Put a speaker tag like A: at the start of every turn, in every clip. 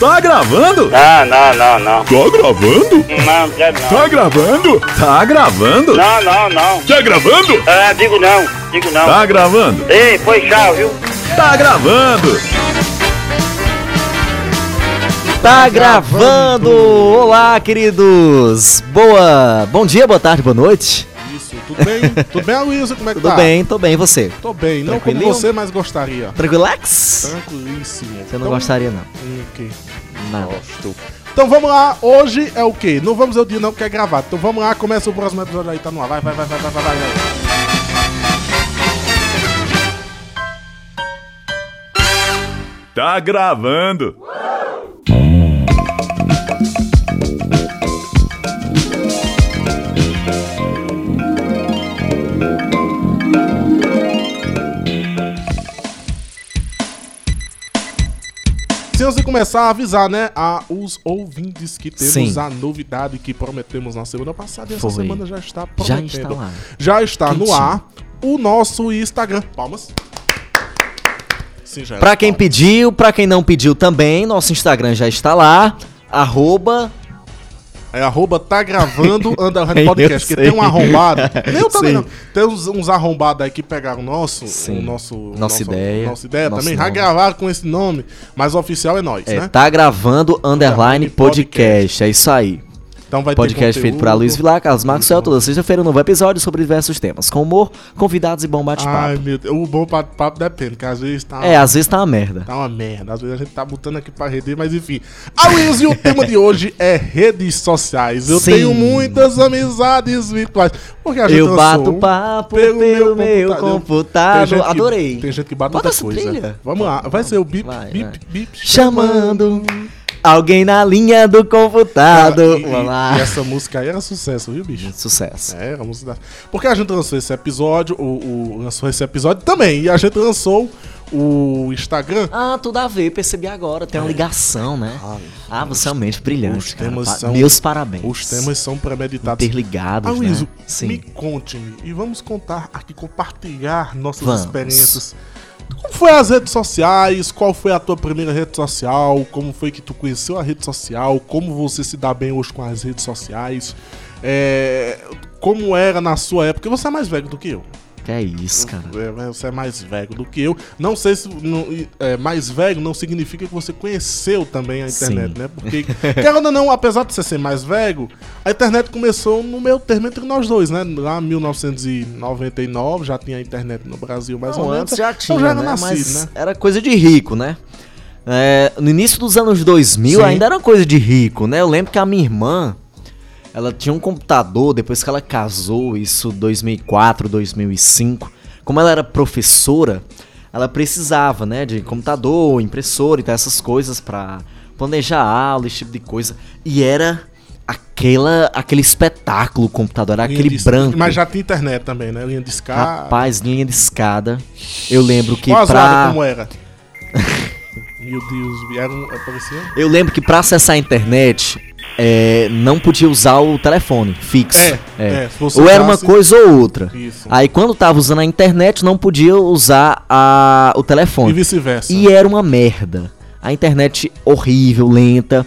A: Tá gravando?
B: Não, não, não, não.
A: Tá gravando?
B: Não, quero não.
A: Tá gravando? Tá gravando?
B: Não, não, não.
A: Tá gravando?
B: Ah, digo não, digo não.
A: Tá gravando?
B: Ei, foi tchau, viu?
A: Tá gravando!
C: Tá gravando! Olá, queridos! Boa! Bom dia, boa tarde, boa noite!
D: Isso, tudo bem? tudo bem, Luísa? Como é que
C: Tudo
D: tá?
C: bem, tô bem, e você?
D: Tô bem, não como
C: Tranquilinho?
D: você, mas gostaria. Então,
C: Tranquilax?
D: Tranquilíssimo.
C: Você não gostaria, não.
D: É, Ok,
C: Nada.
D: um gosto. Então vamos lá, hoje é o quê? Não vamos ao dia não, porque é gravado. Então vamos lá, começa o próximo episódio aí, tá no ar. Vai, vai, vai, vai, vai, vai, vai. vai.
A: Tá gravando!
D: Se você começar a avisar, né, a os ouvintes que temos
C: Sim.
D: a novidade que prometemos na semana passada, e essa
C: Foi.
D: semana já está
C: Já
D: prometendo.
C: está lá.
D: Já está no
C: Quentinho.
D: ar o nosso Instagram. Palmas. é Singelo,
C: Pra quem
D: palmas.
C: pediu, pra quem não pediu também, nosso Instagram já está lá. Arroba.
D: É arroba tá gravando underline
C: Eu
D: podcast. Porque
C: sei.
D: tem um arrombado. Nem eu também
C: Sim.
D: não. Tem uns, uns arrombados aí que pegaram o nosso.
C: Sim.
D: O nosso
C: Nossa
D: nosso-
C: ideia,
D: Nossa ideia
C: nosso
D: também. Já
C: nome.
D: gravaram com esse nome. Mas o oficial é nós,
C: É,
D: né?
C: tá gravando underline
D: Underline
C: podcast. É isso aí.
D: Então vai
C: Podcast feito por Luiz Vilar, Carlos Maxwell,
D: Muito bom.
C: toda sexta-feira, um novo episódio sobre diversos temas, com humor, convidados e bom
D: Ai,
C: bate-papo.
D: meu Deus. O bom papo, papo depende, que às vezes tá.
C: É, às vezes tá uma merda.
D: Tá uma merda, às vezes a gente tá botando aqui pra render, mas enfim. A Luiz, e o tema de hoje é redes sociais. Eu
C: Sim.
D: tenho muitas amizades virtuais. Porque a gente
C: Eu
D: lançou
C: bato
D: um-
C: papo
D: pelo
C: pelo,
D: meu
C: meu
D: computador.
C: computador.
D: Tem gente que-
C: Adorei.
D: tem gente que bate
C: Bota
D: outra
C: essa
D: coisa.
C: trilha.
D: Vamos lá, vai ser o bip,
C: Vai,
D: bip,
C: vai.
D: bip.
C: Chamando alguém na linha do computador.
D: Ah, E,
C: Vamos lá.
D: e- e essa música aí era sucesso, viu, bicho?
C: Sucesso.
D: É, era a música da... Porque a gente lançou esse episódio, o, o- lançou esse episódio também, e a gente lançou o Instagram.
C: Ah, tudo a ver, percebi agora. Tem uma ligação, né? Ah, você é uma mente
D: É. os
C: brilhante. cara.
D: temas
C: Pa-
D: são-
C: Meus parabéns.
D: Os temas são premeditados.
C: interligados,
D: Aloysio,
C: né?
D: me
C: Sim.
D: conte-me e vamos contar aqui, compartilhar nossas
C: Vamos.
D: experiências. Como foi as redes sociais? Qual foi a tua primeira rede social? Como foi que tu conheceu a rede social? Como você se dá bem hoje com as redes sociais? É, como era na sua época? Você é mais velho do que eu.
C: Que é isso, cara.
D: É, Você é mais velho do que eu. Não sei se não- é, mais velho não significa que você conheceu também a internet,
C: Sim.
D: né? Porque, quer ou não, apesar de você ser mais velho, a internet começou no meu termo entre nós dois, né? Lá em 1999 já tinha internet no Brasil, mais
C: Não,
D: ou menos.
C: antes já
D: Então
C: tinha,
D: já era
C: né?
D: nascido,
C: Mas
D: né?
C: era coisa de rico, né? É, no início dos anos 2000
D: Sim.
C: ainda era uma coisa de rico, né? Eu lembro que a minha irmã, ela tinha um computador depois que ela casou, isso 2004, 2005. Como ela era professora, ela precisava, né, de computador, impressora e tal, essas coisas pra planejar aula, esse tipo de coisa. E era aquela, aquele espetáculo o computador, era
D: Linha
C: aquele
D: de-
C: branco.
D: Mas já tinha internet também, né? Linha de escada.
C: Rapaz, linha de escada. Eu lembro que
D: Olha a zoada
C: pra.
D: como era. Meu Deus, era um, parecia...
C: Eu lembro que pra acessar a internet, é, não podia usar o telefone fixo.
D: É, é, se você
C: ou era uma
D: usasse-
C: coisa ou outra.
D: Isso.
C: Aí quando tava usando a internet, não podia usar a- o
D: E
C: telefone.
D: vice-versa.
C: E é- era uma merda. A internet horrível, lenta.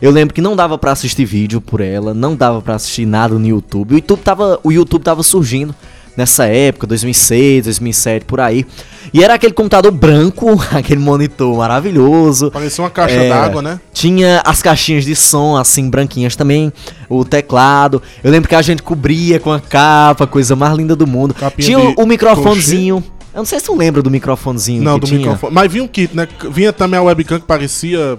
C: Eu lembro que não dava pra assistir vídeo por ela, não dava pra assistir nada no YouTube. O YouTube tava, o YouTube tava surgindo nessa época, 2006, 2007, por aí. E era aquele computador branco, aquele monitor maravilhoso.
D: Parecia uma caixa
C: É,
D: d'água, né?
C: Tinha as caixinhas de som, assim, branquinhas também, o teclado. Eu lembro que a gente cobria com a capa, coisa mais linda do mundo.
D: Capinha
C: tinha o-
D: de
C: o microfonezinho. Eu não sei se tu lembra do microfonezinho
D: Não,
C: que
D: do
C: tinha.
D: microfone. Mas vinha um kit, né? Vinha também a webcam que parecia.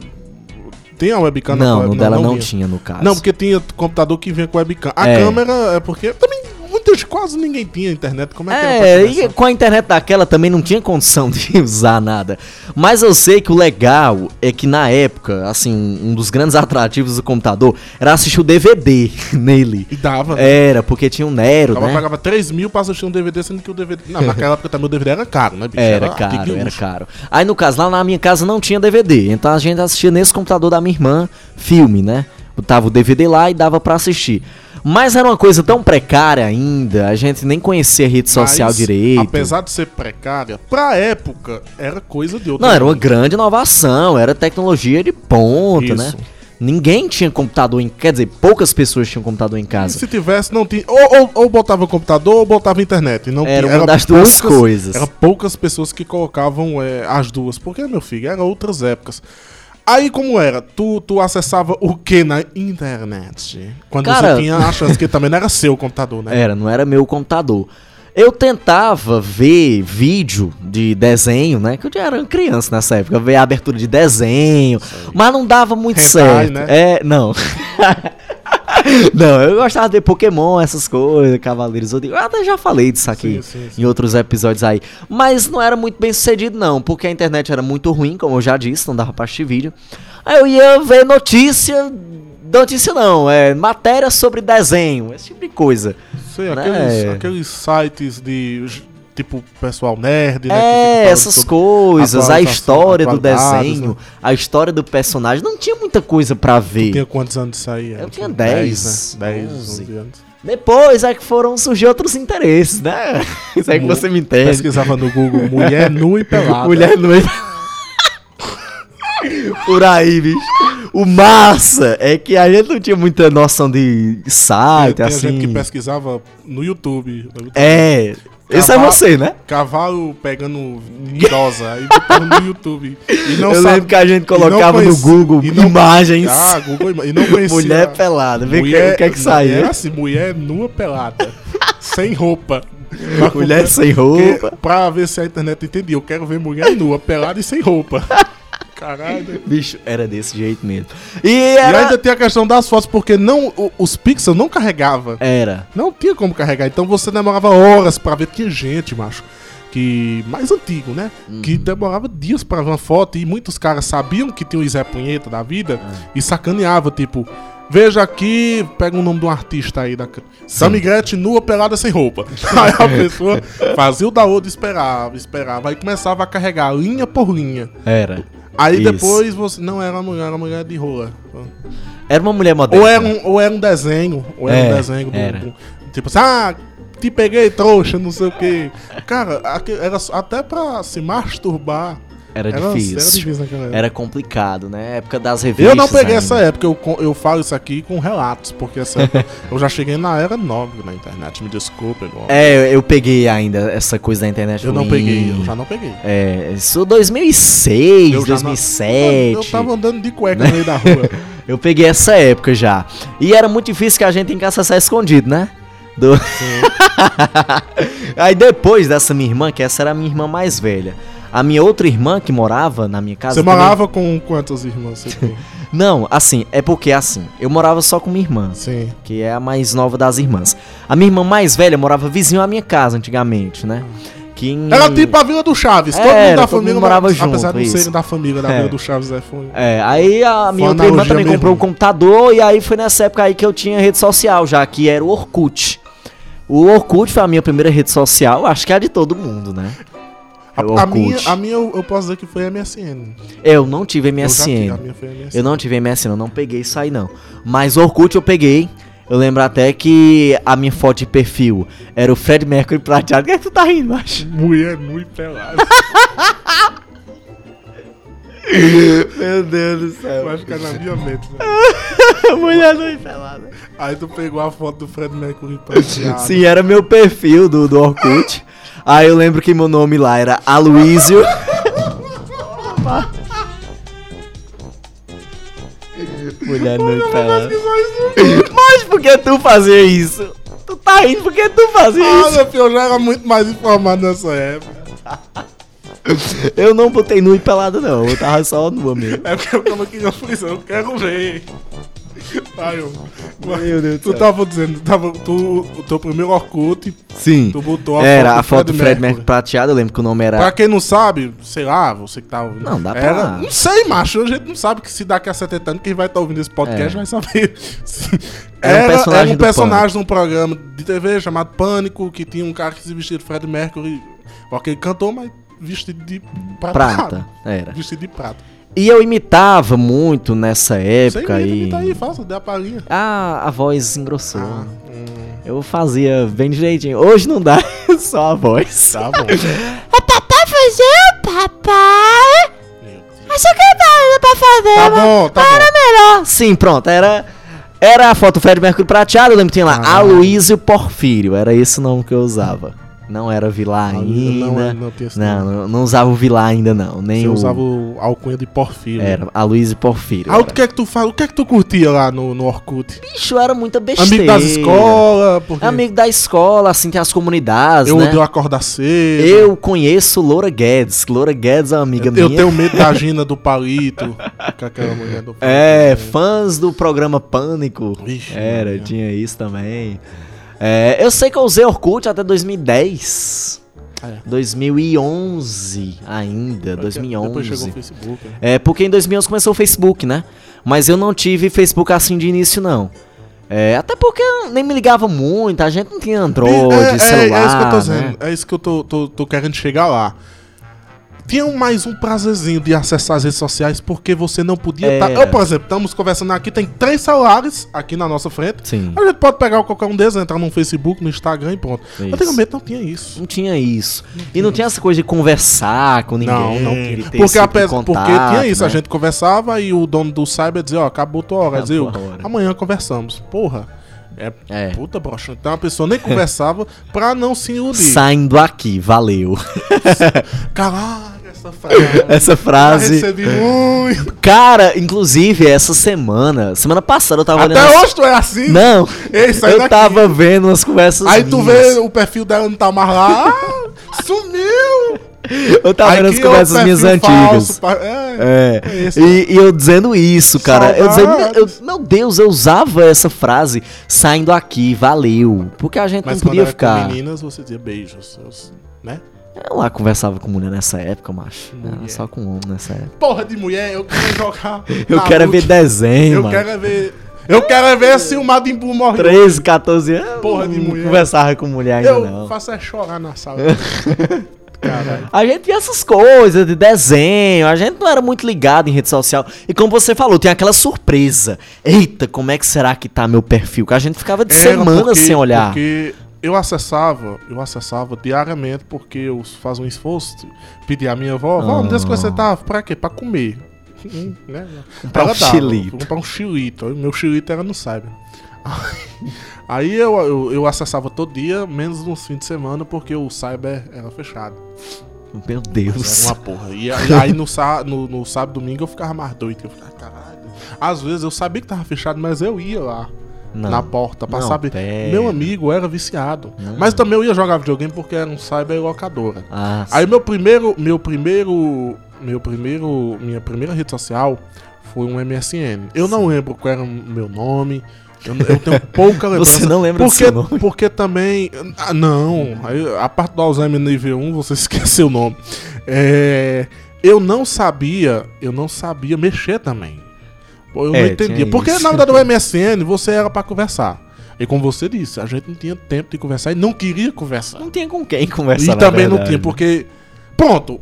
D: Tem a webcam na
C: Não,
D: tua-
C: no dela não
D: vinha.
C: tinha, no caso.
D: Não, porque tinha computador que vinha com webcam. A
C: É.
D: câmera é porque. Também muitas, quase ninguém tinha internet. Como é que
C: É,
D: era pra
C: e
D: começar?
C: com a internet daquela também não tinha condição de usar nada. Mas eu sei que o legal é que na época, assim, um dos grandes atrativos do computador era assistir o DVD nele.
D: E dava. né?
C: Era, porque tinha um Nero,
D: Tava,
C: né?
D: pagava 3 mil pra assistir um DVD, sendo que o DVD. Não, naquela época também o DVD era caro, né, bicho?
C: Era
D: artigo
C: caro,
D: de
C: era
D: luxo.
C: caro. Aí no caso, lá na minha casa não tinha DVD, então a gente assistia nesse computador da minha irmã filme, né? Botava o DVD lá e dava pra assistir. Mas era uma coisa tão precária ainda, a gente nem conhecia rede social
D: Mas,
C: direito.
D: Apesar de ser precária, pra época era coisa de outro.
C: Não, era uma
D: mundo.
C: grande inovação, era tecnologia de ponta, né?
D: Isso.
C: Ninguém tinha computador em quer dizer, poucas pessoas tinham computador em
D: E
C: casa.
D: se tivesse, não tinha. Ou, ou, ou botava computador ou botava internet. E não
C: Era
D: tinha-
C: uma das duas coisas.
D: Era poucas pessoas que colocavam é, as duas. Porque, meu filho, eram outras épocas. Aí como era? Tu, tu acessava o que na internet? Quando
C: Cara- É.
D: você tinha a chance que também não era seu computador, né?
C: Era, não era meu computador. Eu tentava ver vídeo de desenho, né? Que eu já era uma criança nessa época, ver a abertura de desenho, mas não dava muito
D: Hentai,
C: certo.
D: né?
C: É, não. não, eu gostava de Pokémon, essas coisas, Cavaleiros do Zodíaco. Eu até já falei disso aqui
D: Sim, sim, sim.
C: em outros episódios aí. Mas não era muito bem sucedido, não, porque a internet era muito ruim, como eu já disse, não dava pra assistir vídeo. Aí eu ia ver notícia. Notícia não, é matéria sobre desenho, esse tipo de coisa.
D: Sei, aqueles,
C: É.
D: aqueles sites de. j- Tipo, pessoal nerd, né? que fica
C: É,
D: falando
C: essas
D: sobre-
C: coisas, a
D: atualização-
C: história do
D: atualidades,
C: desenho,
D: né?
C: a história do personagem, não tinha muita coisa pra ver.
D: Tinha quantos anos isso aí? tipo
C: Eu tinha
D: Uns
C: 10,
D: 10,
C: 11.
D: 11 né? anos.
C: Depois é que foram surgir outros interesses, né? Isso aí que você me entende.
D: Pesquisava no Google mulher nua e pelada.
C: É. Mulher no meio. Por aí, bicho. O massa é que a gente não tinha muita noção de site,
D: Tem
C: assim.
D: gente que pesquisava no YouTube.
C: É. Esse é
D: Cavalo-
C: você, né?
D: Cavalo pegando idosa. Aí botando no YouTube. E não
C: Eu
D: sabe-
C: lembro que a gente
D: e não
C: colocava no
D: conheci-
C: Google
D: e não-
C: imagens.
D: Ah, Google ima- E não conhecia.
C: mulher pelada. Vê que- o que é que
D: mulher,
C: saiu.
D: assim, mulher nua pelada. sem roupa.
C: Mulher sem
D: Porque-
C: roupa.
D: Pra ver se a internet entendia. Eu quero ver mulher nua, pelada e sem roupa. Caralho.
C: Bicho, era desse jeito mesmo. E
D: E
C: era.
D: ainda tem a questão das fotos, porque não, o- os pixels não carregava.
C: Era.
D: Não tinha como carregar. Então você demorava horas pra ver. Tinha gente, macho, que. Mais antigo, né? Que demorava dias pra ver uma foto. E muitos caras sabiam que tinha o Zé Punheta da vida e sacaneava, tipo. Veja aqui, pega o nome de um artista aí da. Samigrete nua, pelada sem roupa. Aí a pessoa fazia o download e esperava, esperava. Aí começava a carregar linha por linha.
C: Era.
D: Aí
C: Isso.
D: depois você. Não era uma mulher, era uma mulher de rola.
C: Era uma mulher moderna.
D: Ou era um, ou era um desenho. Ou era
C: É,
D: um desenho. do-
C: era.
D: do- tipo assim, ah, te peguei trouxa, não sei o quê. Cara, aque- era só- até pra se masturbar.
C: Era
D: Era
C: difícil.
D: difícil naquela época.
C: Era complicado, né? Época das revistas.
D: Eu não peguei
C: ainda.
D: essa época, eu, co- eu falo isso aqui com relatos, porque essa época eu já cheguei na era nobre na internet, me desculpe. Eduardo.
C: É, eu peguei ainda essa coisa da internet.
D: eu não
C: ruim.
D: peguei, eu já não peguei.
C: É, isso 2006,
D: Eu já não-
C: 2007.
D: Eu tava andando de cueca no meio da rua.
C: Eu peguei essa época já. E era muito difícil que a gente em casa saia escondido, né? Do... Aí depois dessa minha irmã, que essa era a minha irmã mais velha. A minha outra irmã que morava na minha casa.
D: Você
C: também-
D: morava com quantas irmãs você tem?
C: Não, assim, é porque assim, eu morava só com minha irmã,
D: Sim.
C: que é a mais nova das irmãs. A minha irmã mais velha morava vizinho à minha casa antigamente, né? Que em-
D: Era tipo a Vila do Chaves.
C: É,
D: todo mundo
C: era,
D: da
C: todo
D: família
C: mundo morava
D: mas
C: junto,
D: Apesar de não
C: isso.
D: serem da família da
C: É.
D: Vila do Chaves, é, foi.
C: É, aí a minha
D: Foi
C: outra irmã
D: analogia
C: também
D: mesmo.
C: comprou um computador e aí foi nessa época aí que eu tinha rede social já, que era o Orkut. O Orkut foi a minha primeira rede social, acho que é a de todo mundo, né?
D: A,
C: O
D: a
C: Orkut.
D: minha, a minha eu, eu posso dizer que foi MSN.
C: Eu não tive
D: Eu já tive, a
C: MSN.
D: minha foi MSN.
C: Eu não tive MSN, eu não peguei isso aí não. Mas o Orkut eu peguei. Eu lembro até que a minha foto de perfil era o Fred Mercury prateado. O que é que tu tá rindo, macho?
D: Mulher muito pelada.
C: Meu Deus do céu.
D: Vai ficar na minha mente, né?
C: Mulher não pelada.
D: Aí tu pegou a foto do Fred Mercury prateado.
C: Sim, era meu perfil do, do Orkut. Aí eu lembro que meu nome lá era Aloysio. Mulher não pelada. Mas por que tu fazia isso? Tu tá rindo porque tu fazia
D: Ah,
C: isso?
D: meu filho, eu já era muito mais informado nessa época.
C: Eu não botei nu e pelado, não. Eu tava só nua mesmo.
D: É porque eu coloquei na prisão, eu quero ver. Ai, eu...
C: Meu Deus do
D: Tu
C: céu.
D: tava dizendo, tava, tu, o teu primeiro Orkut,
C: Sim.
D: tu botou a
C: Era a
D: foto
C: foto do Fred Mercury prateado, eu lembro que o nome era.
D: Pra quem não sabe, sei lá, você que tá ouvindo.
C: É. Não, dá pra-
D: Era- Não sei, macho. A gente não sabe que se daqui a 70 anos quem vai estar ouvindo esse podcast
C: É.
D: vai saber.
C: Era um personagem
D: era um
C: do
D: personagem de um programa de TV chamado Pânico, que tinha um cara que se vestia de Fred Mercury. Ok, ele cantou, mas vestido de prata.
C: Prata. Era.
D: Vestido de prata.
C: E eu imitava muito nessa época
D: Sem medo,
C: e
D: imita aí, faça, dê a palhinha.
C: ah, a voz engrossou.
D: Ah,
C: hum. Eu fazia bem direitinho. Hoje não dá, só a voz. É
D: tá bom.
E: O papai fugiu, papai.
D: Meu Deus.
E: Achou que era pra fazer,
D: Tá
E: mas
D: bom, tá
E: era
D: bom.
E: melhor.
C: Sim, pronto, era era a foto do Fred Mercury prateado, eu lembro que tinha lá
D: Ah.
C: Aloysio Porfírio, era esse o nome que eu usava. Não era Vilar ainda.
D: Não,
C: Não,
D: não tinha esse
C: né? não,
D: nome.
C: não usava o Vilar ainda não, nem
D: Você
C: o
D: usava o alcunha de Porfírio.
C: era Aloysio Porfírio.
D: Ah, o
C: era.
D: que é que tu faz? O que é que tu curtia lá no, no Orkut?
C: Bicho, era muita besteira.
D: Amigo das escolas, porque
C: É Amigo da escola, assim, tem as comunidades,
D: eu
C: né?
D: odeio acordar cedo.
C: Eu conheço Loura Guedes. Loura Guedes é uma amiga
D: eu
C: minha.
D: tenho um medo da Gina do Palito, com aquela mulher do Palito.
C: É, fãs do programa Pânico.
D: Vixe,
C: Era,
D: Maria.
C: tinha isso também. É, eu sei que eu usei Orkut até 2010.
D: Ah, é.
C: 2011 ainda,
D: Depois chegou o
C: 2011.
D: Facebook. né?
C: É, porque em 2011 começou o Facebook, né? Mas eu não tive Facebook assim de início, não. É, até porque eu nem me ligava muito, a gente não tinha Android, celular,
D: É, isso que eu tô
C: né?
D: dizendo. É isso que eu tô, tô- tô querendo chegar lá. Tinha um- mais um prazerzinho de acessar as redes sociais porque você não podia
C: Era.
D: estar. Eu, por exemplo, estamos conversando aqui, tem três celulares aqui na nossa frente.
C: Sim.
D: A gente pode pegar qualquer um deles, entrar no Facebook, no Instagram e pronto.
C: Isso.
D: Antigamente não tinha isso.
C: Não tinha isso. e não tinha essa coisa de conversar com ninguém.
D: Não, não
C: de
D: tinha.
C: ter
D: Porque,
C: esse tipo de
D: apesar, porque
C: contato,
D: tinha isso, a
C: né?
D: gente conversava e o dono do cyber dizia, ó, acabou tua hora. Dizia,
C: Acabou a hora.
D: amanhã conversamos. Porra, é,
C: É.
D: puta broxa. Então a pessoa nem conversava pra não se iludir.
C: Saindo aqui, valeu.
D: Caralho, essa frase.
C: Essa
D: Já
C: frase. É.
D: recebi muito.
C: Cara, inclusive, essa semana, semana passada eu tava olhando.
D: Até
C: as-
D: hoje tu é assim?
C: Não,
D: Ei, sai
C: eu
D: daqui.
C: tava vendo umas conversas.
D: Aí tu
C: minhas.
D: vê o perfil dela não tá mais lá. Ah, sumiu!
C: Eu tava
D: Aí
C: Tá vendo as
D: cria um
C: conversas minhas
D: perfil
C: antigas.
D: falso, pa- É.
C: É.
D: Isso.
C: E, e eu dizendo isso, cara. Eu dizendo,
D: Saudades.
C: eu- meu Deus, eu usava essa frase saindo aqui, valeu. Porque a gente
D: Mas
C: não
D: quando
C: podia
D: era
C: ficar.
D: com meninas, você dizia beijos. eu- Né?
C: Eu lá conversava com mulher nessa época, macho. Era
D: Mulher.
C: só com homem nessa época.
D: Porra de mulher, eu quero jogar.
C: Eu quero é ver
D: Naruto.
C: desenho,
D: Eu
C: mano.
D: quero é ver. Eu quero é ver se o Majin Buu morre.
C: 13, 14 anos.
D: Porra de
C: não
D: mulher.
C: Conversava com mulher ainda,
D: eu
C: não.
D: faço é chorar na sala. Caralho.
C: A gente via essas coisas de desenho, a gente não era muito ligado em rede social. E como você falou, tem aquela surpresa. Eita, como é que será que tá meu perfil? Que a gente ficava de
D: Era
C: semana
D: porque-
C: sem olhar.
D: Porque eu acessava, eu acessava diariamente porque eu faço um esforço, de pedir à minha avó, vó, me diz que você tá, pra quê? Pra comer. Hum, né?
C: Ah. Comprar
D: Ela
C: um
D: dava,
C: xilito.
D: vou Comprar um xilito. Aí Meu xilito era no cyber. Aí eu, eu, eu acessava todo dia, menos nos fins de semana, porque o cyber era fechado.
C: Meu Deus.
D: Era uma porra. E aí aí no, sá- no- no sábado domingo eu ficava mais doido. que Eu ficava, caralho. Às vezes eu sabia que tava fechado, mas eu ia lá
C: Não.
D: na porta pra
C: Não,
D: saber.
C: pera.
D: Meu amigo era viciado. Mas também eu ia jogar videogame porque era um cyber locadora.
C: Ah,
D: Aí meu primeiro. Meu primeiro. Meu primeiro. Minha primeira rede social foi um MSN. Eu não lembro qual era o meu nome. Eu, eu tenho pouca lembrança.
C: Você não lembra do
D: porque,
C: seu nome?
D: Porque também. Ah, não. Aí, a parte do Alzheimer nível 1, você esqueceu o nome. É, eu não sabia. Eu não sabia mexer também. Pô, Eu
C: É,
D: não
C: tinha
D: entendia. Porque
C: isso.
D: na verdade o MSN você era pra conversar. E como você disse, a gente não tinha tempo de conversar e não queria conversar.
C: não tinha com quem conversar.
D: E
C: na
D: também não
C: verdade.
D: tinha, porque. Pronto.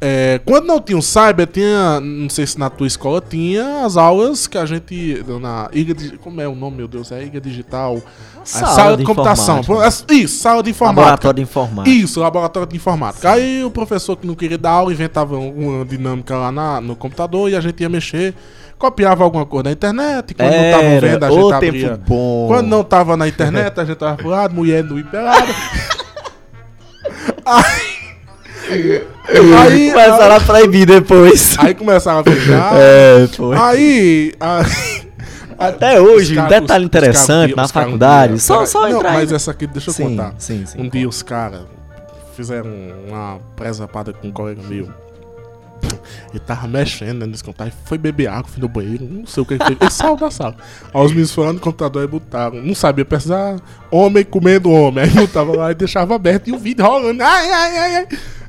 D: É, quando não tinha o Cyber, tinha. Não sei se na tua escola tinha as aulas que a gente. Na Iga Digi- Como é o nome, meu Deus? É Iga Digital. É,
C: Sala de
D: Pronto,
C: informática.
D: é- Isso, sala de informática.
C: Laboratório de informática.
D: Isso, laboratório de informática. Aí o professor que não queria dar aula inventava um, uma dinâmica lá na- no computador e a gente ia mexer, copiava alguma coisa da internet. e Quando não tava
C: Era,
D: vendo, a
C: o
D: gente
C: tempo
D: abria.
C: bom.
D: Quando não tava na internet, a gente tava pro lado, mulher no pelada. aí,
C: Mas
D: aí,
C: era proibido depois.
D: aí começaram a fechar.
C: É, foi.
D: Aí. aí-
C: Até hoje,
D: os
C: um
D: caras-
C: detalhe
D: os
C: interessante
D: caras-
C: na
D: os caras-
C: faculdade. Só,
D: Peraí,
C: só
D: não,
C: entrar aí.
D: Mas essa aqui, deixa eu
C: Sim,
D: contar.
C: sim, sim,
D: um
C: conta.
D: dia os caras fizeram uma presepada com um colega meu. Ele tava mexendo né, nesse computador, foi beber água, foi no banheiro, não sei o que ele fez. Ele saiu da sala. Aí os meninos foram no computador e botaram. Não sabia pesquisar, homem comendo homem. Aí botava lá e deixava aberto e o vídeo rolando. Ai, ai, ai, ai.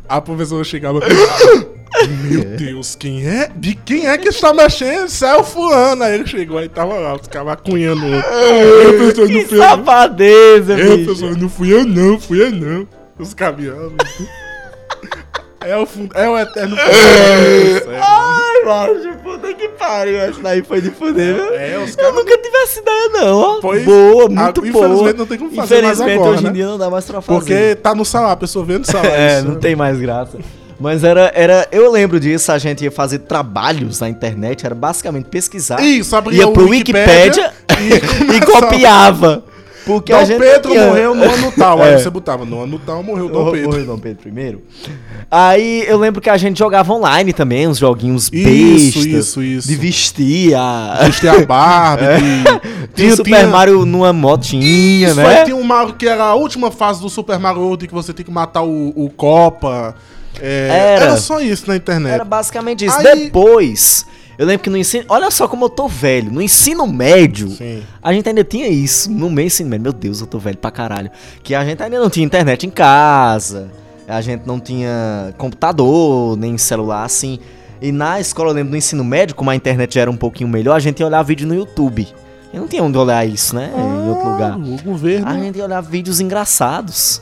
D: A professora chegava. Meu Deus, quem é? De quem é que está mexendo? Isso é o fulano. Aí ele chegou e tava lá, os caras acunhando. o outro. Eu, professor, não
C: Que
D: fui eu, não.
C: safadeza,
D: Eu,
C: bicho.
D: pessoal, não fui eu não, fui eu não. Os
C: É.
D: caminhões. é o fundo, é o eterno. fundo. Sério.
C: Ai, macho, puta que pariu. Essa daí foi de fuder, viu?
D: É, os
C: Eu nunca tive essa ideia, não. ó.
D: Pois,
C: boa,
D: ah,
C: muito boa.
D: infelizmente não tem como fazer mais
C: Infelizmente,
D: agora,
C: hoje
D: né?
C: em dia não dá mais pra fazer.
D: Porque tá no salário, a pessoa vendo salário.
C: É, não tem mais graça. Mas era, era. Eu lembro disso, a gente ia fazer trabalhos na internet, era basicamente pesquisar.
D: Isso, abria
C: ia
D: o
C: pro
D: Wikipédia
C: Wikipédia,
D: e
C: e,
D: começava.
C: copiava. Porque a
D: Dom
C: gente.
D: Pedro
C: tinha-
D: morreu no ano tal.
C: É.
D: Aí você botava, no ano tal morreu Dom
C: Morreu-
D: Pedro.
C: morreu Dom Pedro primeiro. Aí eu lembro que a gente jogava online também, uns joguinhos
D: Isso,
C: bestas.
D: isso, isso.
C: De vestir a.
D: Tinha a Barbie. de-
C: É. Tinha o Super Mario numa motinha,
D: Isso,
C: né?
D: aí tinha um Mario que era a última fase do Super Mario World que você tem que matar o, o Copa. É, era.
C: Era.
D: só isso na internet.
C: Era basicamente isso.
D: Aí-
C: Depois, eu lembro que no ensino. Olha só como eu tô velho. No ensino médio,
D: Sim.
C: a gente ainda tinha isso. No meu ensino médio, meu Deus, eu tô velho pra caralho. Que a gente ainda não tinha internet em casa. A gente não tinha computador, nem celular, assim. E na escola, eu lembro do ensino médio, como a internet já era um pouquinho melhor, a gente ia olhar vídeo no YouTube. Eu não tinha onde olhar isso, né? em outro
D: Ah,
C: lugar.
D: O governo.
C: A gente ia olhar vídeos engraçados.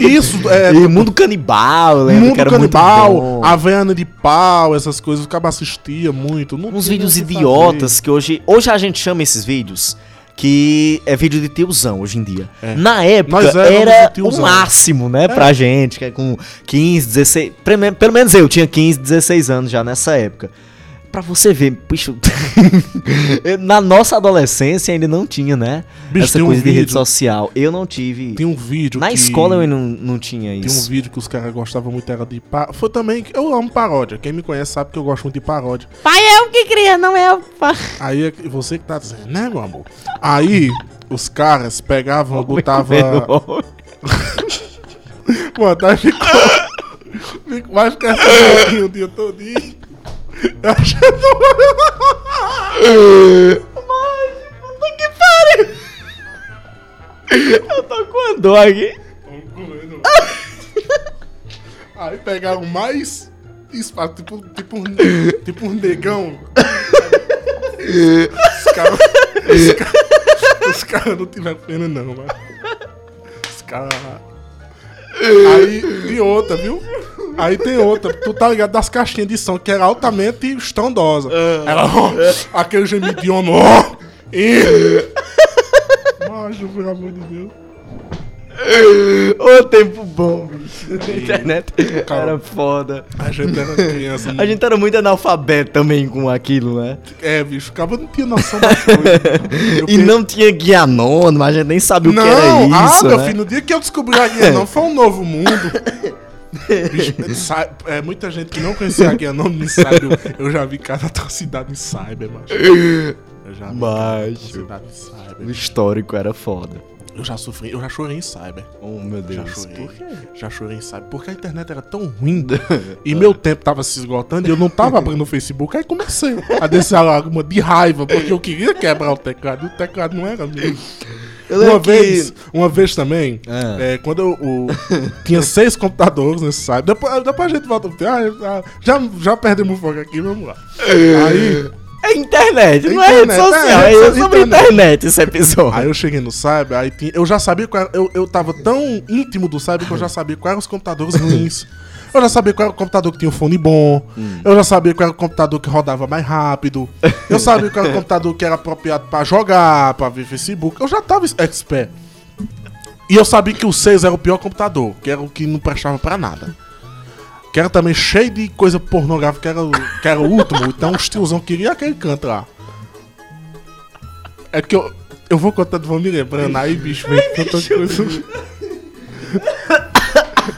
D: Isso, é.
C: E Mundo Canibal, eu lembro que
D: Mundo
C: era muito
D: Canibal,
C: bom.
D: Havaiana de Pau, essas coisas, o cara assistia muito. Não
C: uns
D: tinha
C: vídeos
D: o que
C: idiotas que hoje. Hoje a gente chama esses vídeos que é vídeo de tiozão hoje em dia. Na
D: É. Nós
C: época
D: éramos
C: era
D: o
C: o
D: tiozão.
C: máximo, né, pra gente, que é com 15, 16, pelo men- pelo menos eu tinha 15, 16 anos já nessa época. Pra você ver, bicho, na nossa adolescência ainda não tinha, né?
D: Bicho,
C: essa
D: tem um
C: coisa de rede
D: vídeo-
C: social. Eu não tive.
D: Tem um vídeo
C: na
D: que-
C: escola eu não, não tinha
D: Tem um
C: isso.
D: vídeo que os caras gostavam muito, era de... Pa... Foi também... que Eu amo paródia. Quem me conhece sabe que eu gosto muito de paródia.
E: Pai é o que cria, não é o pai.
D: Aí é que- você que tá dizendo, né, meu amor? Aí os caras pegavam, botavam... tá Mano, aí ficou... ficou mais que é essa boquinha o dia todinho. Eu acho que é eu tô-
C: Eu tô com a dor aqui.
D: Aí pegaram mais espaço, tipo, tipo, um, tipo um negão. Os caras os cara, os cara não tiveram pena, não, mano. Os caras. Aí tem outra, viu? Aí tem outra, tu tá ligado das caixinhas de som, que era altamente estrondosa. Ela, ó, aquele gemidinho, ó. E... Macho, pelo amor de Deus.
C: Ô, tempo bom, bicho. A internet era foda.
D: A gente era criança. né?
C: A gente era muito analfabeto também com aquilo, né?
D: É, bicho, o cabo não tinha noção das coisas. Eu
C: E
D: per-
C: não tinha guia anônimo, a gente nem sabia o
D: Não,
C: que era
D: ah,
C: isso,
D: meu
C: né?
D: filho, no dia que eu descobri a guia não, foi um novo mundo. Bicho, sa- é, muita gente que não conhecia a guia não me sabe. Eu, eu já vi cada atrocidade em cyber, mano. Eu já vi cada
C: Macho.
D: atrocidade em cyber.
C: O histórico era foda.
D: Eu já sofri, eu já chorei em cyber.
C: Oh, meu
D: Já
C: Deus.
D: chorei. Já chorei em cyber. Porque a internet era tão ruim. E meu tempo tava se esgotando e eu não tava abrindo o Facebook. Aí comecei a descer a lágrima de raiva, porque eu queria quebrar o teclado. E o teclado não era meu.
C: Eu
D: Uma
C: lembro que-
D: vez, uma vez também,
C: Ah.
D: é, quando eu, o- tinha seis computadores nesse site, depois, depois a gente volta. Ah, já, já perdemos o foco aqui, vamos lá. Aí,
C: É internet, não é
D: Internet,
C: rede social, é,
D: é, é
C: sobre
D: internet.
C: internet, esse episódio.
D: aí eu cheguei no cyber, aí tinha- eu já sabia qual era, eu, eu tava tão íntimo do cyber que eu já sabia quais eram os computadores ruins. Eu já sabia qual era o computador que tinha o fone bom. Eu já sabia qual era o computador que rodava mais rápido. Eu sabia qual era o computador que era apropriado pra jogar, pra ver Facebook. Eu já tava expert. E eu sabia que o 6 era o pior computador, que era o que não prestava pra nada. Que era também cheio de coisa pornográfica, que era, o- que era o último. Então os tiozão queria aquele canto lá. É que eu, eu vou contando, vou me lembrando. Aí, bicho, vem tanta coisa.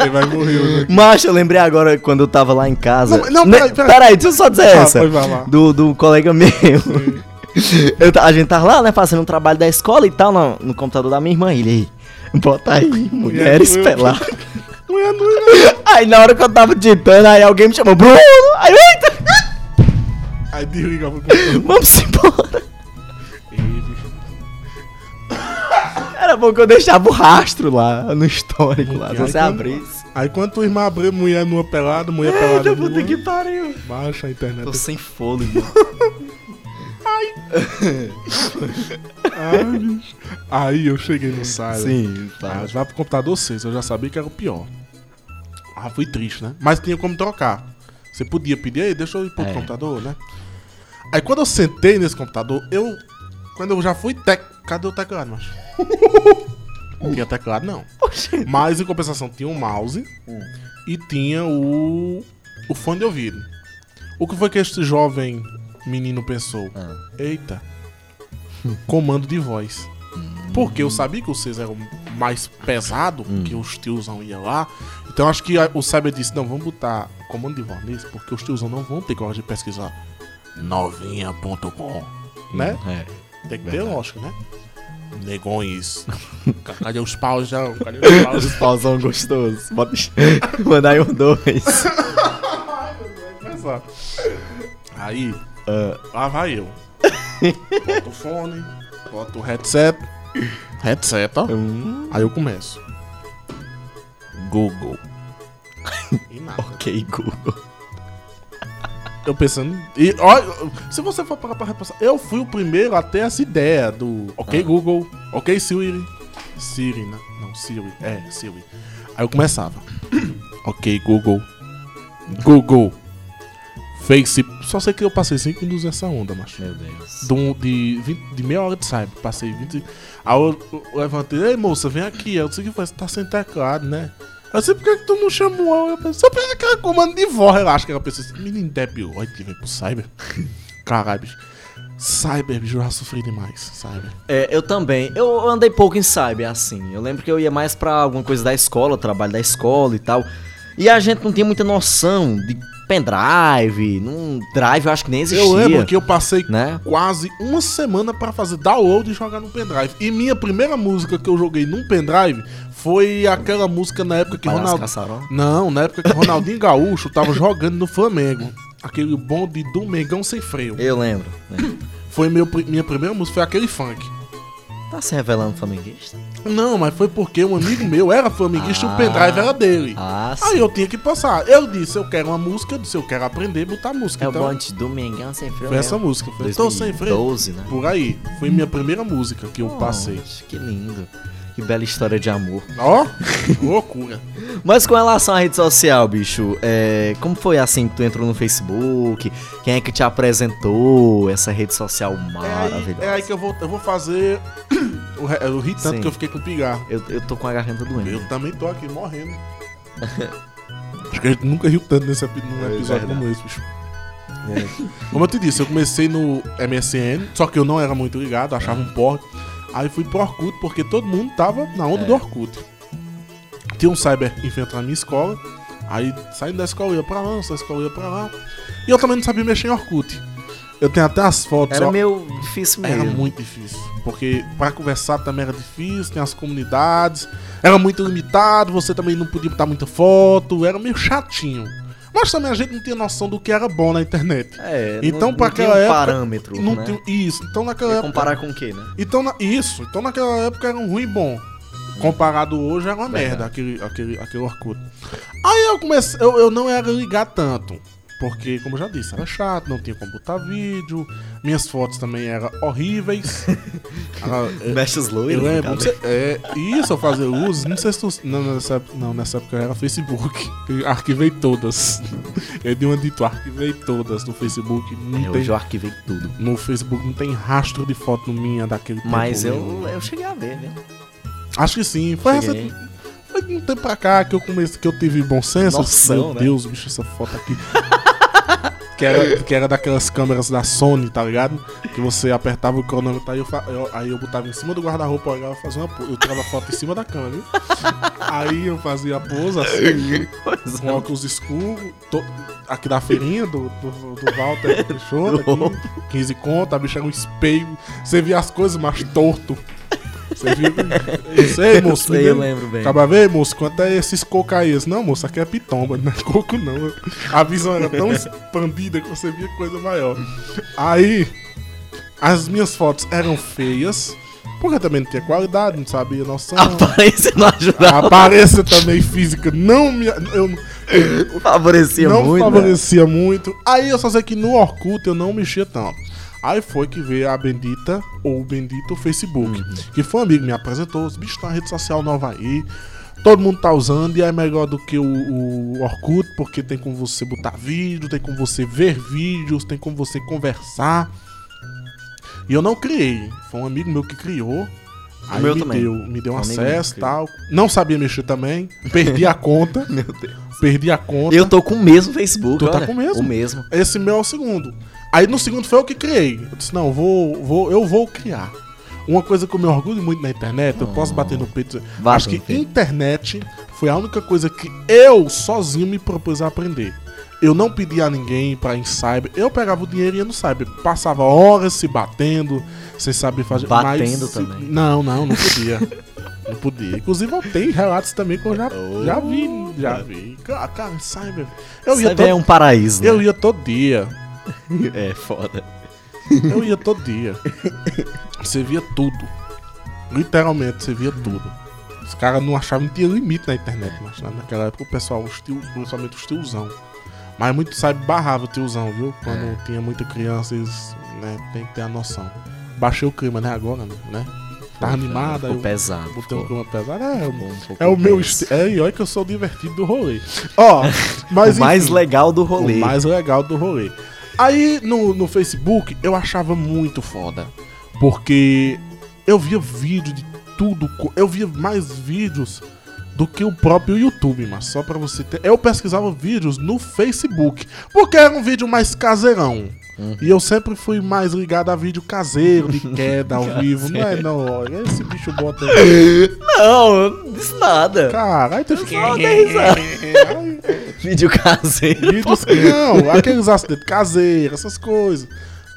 D: Ele vai morrer hoje aqui.
C: Mas eu lembrei agora quando eu tava lá em casa.
D: Não, não,
C: Ne-
D: peraí, peraí.
C: deixa eu só dizer
D: Ah,
C: essa.
D: pois vai lá.
C: Do, do colega meu. Eu ta- a gente tava lá, né, fazendo um trabalho da escola e tal, no, no computador da minha irmã. Ele aí, bota aí, mulheres
D: doeu.
C: peladas.
D: Mulher doida.
C: Aí na hora que eu tava digitando, aí alguém me chamou, Bruno! Aí, eu, eita!
D: Aí desligava o computador.
C: Vamos embora!
D: Ei, bicho,
C: Era bom que eu deixava o rastro lá no histórico lá,
D: aí
C: se você
D: quando-
C: abrisse.
D: Aí quando tua irmã abriu mulher nua pelada, mulher pelada.
C: Eita,
D: Nua,
C: puta que pariu!
D: Baixa a internet.
C: Tô sem fôlego.
D: Ai, bicho. Aí eu cheguei no site.
C: Sim,
D: Ah,
C: tá.
D: vai pro computador 6, eu já sabia que era o pior. Ah, foi triste, né? Mas tinha como trocar. Você podia pedir aí, deixa eu ir pro
C: É.
D: computador, né? Aí quando eu sentei nesse computador, eu. Quando eu já fui tec. Cadê o teclado, macho? não tinha teclado, não. Mas em compensação tinha um mouse
C: Hum.
D: e tinha o. o fone de ouvido. O que foi que este jovem menino pensou?
C: Ah.
D: Eita, comando de voz. Porque eu sabia que o César era o mais pesado,
C: Hum.
D: que os tiozão ia lá. Então acho que a- o Cyber disse, não, vamos botar comando de voz nesse, porque os tiozão não vão ter coragem de pesquisar. Novinha.com Né?
C: É.
D: Tem que ter
C: Verdade.
D: lógica, né? Negões. Cadê os paus já? Cadê os paus?
C: Os pauzão gostoso. Bota... Mandar aí um dois.
D: Exato. Aí, lá vai eu. Boto o fone, boto o headset. Headset, ó. Aí eu começo. Google. E nada.
C: ok, Google.
D: Eu pensando. E, olha, se você for parar pra repassar, eu fui o primeiro a ter essa ideia do. Ok, Google. Ok, Siri. Siri, né? Não, Siri. É, Siri. Aí eu começava. ok, Google. Google. Facebook. Só sei que eu passei 5 minutos nessa onda, macho.
C: Meu Deus.
D: De, um- de, 20 de meia hora de cyber. Passei 20. Aí eu eu levantei. Ei, moça, vem aqui. Eu disse que foi. Você tá sem teclado, né? Eu disse, por que, que tu não chamou? Eu pensei, só pensei que era comando de voz. Eu acho que ela pensou assim, menino debilóide que vem pro cyber. Caralho, bicho. Cyber, bicho, eu já sofri demais. Cyber.
C: É, eu também. Eu andei pouco em cyber, assim. Eu lembro que eu ia mais pra alguma coisa da escola, trabalho da escola e tal. E a gente não tinha muita noção de pendrive. Num drive eu acho que nem existia.
D: Eu lembro que eu passei
C: Né?
D: quase uma semana pra fazer download e jogar no pendrive. E minha primeira música que eu joguei num pendrive foi aquela música na época que
C: Palhaço
D: Ronaldo.
C: Caçarol?
D: Não, na época que Ronaldinho Gaúcho tava jogando no Flamengo. Aquele bonde do Mengão sem freio.
C: Eu lembro. né?
D: Foi meu, pri- minha primeira música, foi aquele funk.
C: Tá se revelando flamenguista?
D: Não, mas foi porque um amigo meu era flamenguista e
C: Ah.
D: o pendrive era dele.
C: Ah, sim.
D: Aí eu tinha que passar. Eu disse, eu quero uma música, eu disse, eu quero aprender a botar música.
C: É o
D: então,
C: bonde do Mengão sem freio.
D: foi essa
C: mesmo.
D: música. Foi, tô sem freio.
C: 2012, né?
D: Por aí. Foi minha primeira música que
C: Oh.
D: eu passei.
C: Nossa, Que lindo. Que bela história de amor.
D: Ó, loucura.
C: Mas com relação à rede social, bicho, é, como foi assim que tu entrou no Facebook? Quem é que te apresentou essa rede social
D: É aí,
C: maravilhosa?
D: é aí que eu vou, eu vou fazer. o re- Eu ri tanto
C: Sim.
D: que eu fiquei com pigarro.
C: eu, eu tô com a garganta doendo.
D: Eu também tô aqui morrendo. Acho que a gente nunca riu tanto nesse epi- num
C: É verdade.
D: episódio como esse, bicho. É. Como eu te disse, eu comecei no MSN, só que eu não era muito ligado, achava um porre. Aí fui pro Orkut, porque todo mundo tava na
C: É.
D: onda do Orkut. Tinha um cyber inventando na minha escola. Aí saindo da escola eu ia pra lá, saindo da escola eu ia pra lá. E eu também não sabia mexer em Orkut. Eu tenho até as fotos,
C: Era
D: ó.
C: meio difícil mesmo.
D: Era muito difícil. Porque pra conversar também era difícil, tem as comunidades. Era muito limitado, você também não podia botar muita foto, era meio chatinho. Mas também a gente não tinha noção do que era bom na internet.
C: É,
D: Então,
C: não,
D: pra
C: não tinha
D: aquela
C: um
D: época,
C: parâmetro,
D: não
C: né?
D: tinha isso. Então naquela
C: Ia
D: época.
C: comparar com o quê, né?
D: Então, na- isso. Então naquela época era um ruim bom.
C: Uhum.
D: Comparado hoje era uma merda aquele, aquele, aquele Orkut. Aí eu comecei. Eu, eu não era ligar tanto. Porque, como eu já disse, era chato, não tinha como botar vídeo, minhas fotos também eram horríveis. Era-
C: Mechas
D: eu
C: loiras.
D: lembro.
C: né, cara.
D: não sei- É, isso, eu fazer luz. Não sei se tu. Não, nessa, ép- não, nessa época era Facebook. Eu arquivei todas. Eu dei uma dito, arquivei todas no Facebook. Não
C: É,
D: tem-
C: hoje eu arquivei tudo.
D: no Facebook não tem rastro de foto minha daquele tempo.
C: Mas
D: meu.
C: eu, eu cheguei a ver, viu?
D: Acho que sim. Foi, essa,
C: Cheguei.
D: foi de um tempo pra cá que eu comecei, que eu tive bom senso.
C: Noção,
D: Meu
C: né?
D: Deus, bicho, essa foto aqui. que, era, que era daquelas câmeras da Sony, tá ligado? Que você apertava o cronômetro, aí eu, fa- eu- aí eu botava em cima do guarda-roupa, olhava e fazia uma pose. Eu tirava a foto em cima da câmera, viu? Aí eu fazia a pose assim,
C: Pois
D: com óculos escuros, to- aqui da feirinha do, do, do Walter Peixoto, aqui, 15 conto, a bicha era um espelho. Você via as coisas mais torto. Você viu? Isso aí, moço.
C: sei,
D: me
C: eu
D: deu-
C: lembro bem.
D: é. Acaba ver, moço, quanto é esses coco aí? Eu disse, Não, moço, aqui é pitomba, não é coco não. A visão era tão expandida que você via coisa maior. Aí, as minhas fotos eram feias, porque eu também não tinha qualidade, não sabia noção.
C: A aparência não
D: A
C: ajudava.
D: aparência também física não me. Eu,
C: Favorecia
D: não
C: muito. né?
D: favorecia muito. Aí eu só sei que no Orkut eu não mexia tanto. Aí foi que veio a bendita
C: Uhum.
D: ou o bendito Facebook, que foi um amigo que me apresentou, os bichos tá na rede social nova aí. Todo mundo tá usando e é melhor do que o, o Orkut, porque tem como você botar vídeo, tem como você ver vídeos, tem como você conversar. E eu não criei, foi um amigo meu que criou. Aí
C: meu
D: me
C: também.
D: deu, me deu
C: Um amigo meu
D: acesso
C: que
D: e tal. Não sabia mexer também, perdi a conta. meu Deus. Perdi a conta.
C: Eu tô com o mesmo Facebook,
D: Tu tá
C: olha.
D: com o mesmo?
C: O mesmo.
D: Esse meu é o segundo. Aí no segundo foi eu que criei. Eu disse, não, vou, vou, eu vou criar. Uma coisa que eu me orgulho muito na internet, eu posso bater
C: Oh.
D: no peito. dizer,
C: Bate
D: acho
C: no
D: que
C: peito.
D: internet foi a única coisa que eu sozinho me propus a aprender. Eu não pedi a ninguém pra ir em cyber. Eu pegava o dinheiro e ia no cyber. Passava horas se batendo, sem saber fazer.
C: Batendo
D: se-
C: também.
D: Não, não, não podia. não podia. Inclusive, eu tenho relatos também que eu já,
C: Oh.
D: já vi. Já vi. Cara, cara, cyber. Eu ia
C: Você
D: todo
C: é um paraíso. né?
D: eu ia todo dia.
C: É foda.
D: Eu ia todo dia. Você via tudo. Literalmente, você via tudo. Os caras não achavam, não tinha limite na internet, mas na- naquela época o pessoal, os tio, principalmente os tiozão. Mas muito sabe barrava o tiozão, viu? Quando
C: É.
D: tinha muita criança, eles né, tem que ter a noção. Baixei o clima, né? Agora, né? Tá animado, aí
C: Ficou
D: eu
C: pesado.
D: botei
C: ficou-
D: um clima pesado. É,
C: ficou um pouco
D: é o meu
C: tenso.
D: estilo. É, e olha que eu sou divertido do rolê. Ó, mas
C: o mais
D: enfim.
C: legal do rolê.
D: O mais legal do rolê. Aí no, no Facebook eu achava muito foda. Porque eu via vídeo de tudo. co- Eu via mais vídeos do que o próprio YouTube, mas só pra você ter. Eu pesquisava vídeos no Facebook. Porque era um vídeo mais caseirão. E eu sempre fui mais ligado a vídeo caseiro, de queda ao vivo. Não é não, olha. Esse bicho bota.
C: Não, eu não disse nada.
D: Caralho, tu
C: Só
D: fica.
C: dei risada. Vídeo caseiro.
D: Vídeos que não, aqueles acidentes caseiros, essas coisas.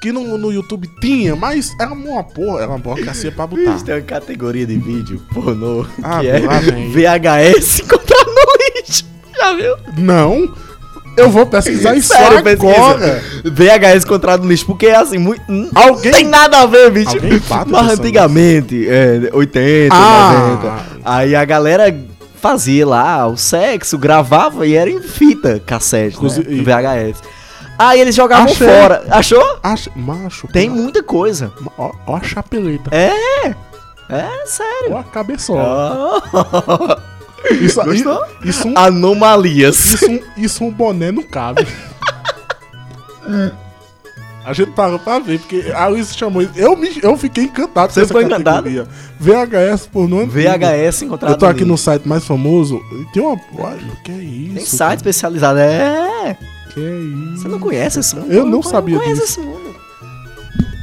D: Que no, no YouTube tinha, mas era uma porra, era uma burocracia pra botar.
C: Bicho, Tá. tem uma categoria de vídeo pornô
D: Ah,
C: que é
D: lá vem.
C: VHS encontrar no lixo. Já viu?
D: Não, eu vou pesquisar isso
C: pesquisa.
D: agora.
C: VHS encontrado no lixo, porque é assim, muito.
D: Alguém-
C: Tem nada a ver, bicho.
D: Alguém
C: Mas
D: bata pessoa
C: antigamente, é, 80,
D: Ah.
C: 90. Aí a galera fazia lá o sexo, gravava e era em fita cassete, né?
D: Inclusive- e-
C: VHS. Aí eles jogavam
D: Achei.
C: fora. Achou?
D: Acha, macho,
C: Tem um
D: pô,
C: muita coisa.
D: Ó, ó a chapeleta,
C: É, sério.
D: ó a cabeçola.
C: Ah.
D: Isso,
C: Gostou?
D: i- Isso, um,
C: Anomalias.
D: isso, um, isso um boné não cabe. A gente parou pra ver, porque a Luísa chamou isso. Eu, me, eu fiquei encantado
C: Você ficou encantado?
D: categoria. VHS por nome.
C: VHS encontrado
D: Eu tô aqui no
C: lixo.
D: site mais famoso. e Tem uma. Olha, que é isso?
C: Tem site especializado. É.
D: cara? Que é isso?
C: Você não conhece esse mundo?
D: Eu não sabia
C: conheço
D: disso.
C: esse mundo.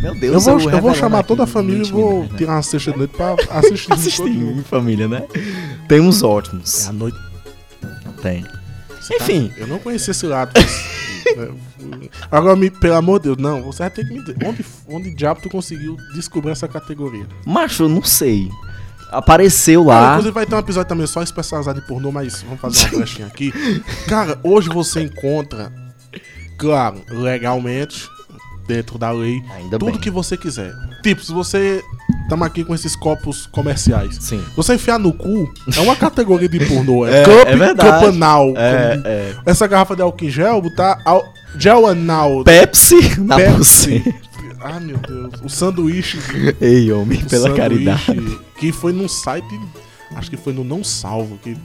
C: Meu Deus,
D: Eu vou, eu vou
C: revelando
D: chamar
C: aqui
D: toda a família e vou
C: intimidade, né?
D: tirar uma cesta de noite pra assistir.
C: Assistir É em família, né? Tem uns ótimos.
D: A noite.
C: Tem.
D: Você tá-
C: Enfim.
D: eu não conhecia esse lado. Agora, me, pelo amor de Deus, não. Você vai ter que me dizer. Onde, onde diabo tu conseguiu descobrir essa categoria?
C: Macho, eu não sei. Apareceu
D: Cara,
C: lá.
D: inclusive vai ter um episódio também só especializado em pornô, mas vamos fazer uma flechinha aqui. Cara, hoje você encontra, claro, legalmente, dentro da lei,
C: Ainda
D: tudo
C: bem.
D: que você quiser. Tipo, se você. Tamo aqui com esses copos comerciais.
C: Sim.
D: Você enfiar no cu é uma categoria de pornô. É,
C: É,
D: cup,
C: é verdade.
D: cup anal.
C: É, é.
D: Essa garrafa de álcool em gel, botar al- gel anal.
C: Pepsi na
D: Pepsi.
C: pulseira.
D: Ah, meu Deus. O sanduíche
C: Ei, homem,
D: um
C: pela
D: sanduíche
C: caridade.
D: Que foi num site, acho que foi no Não Salvo, que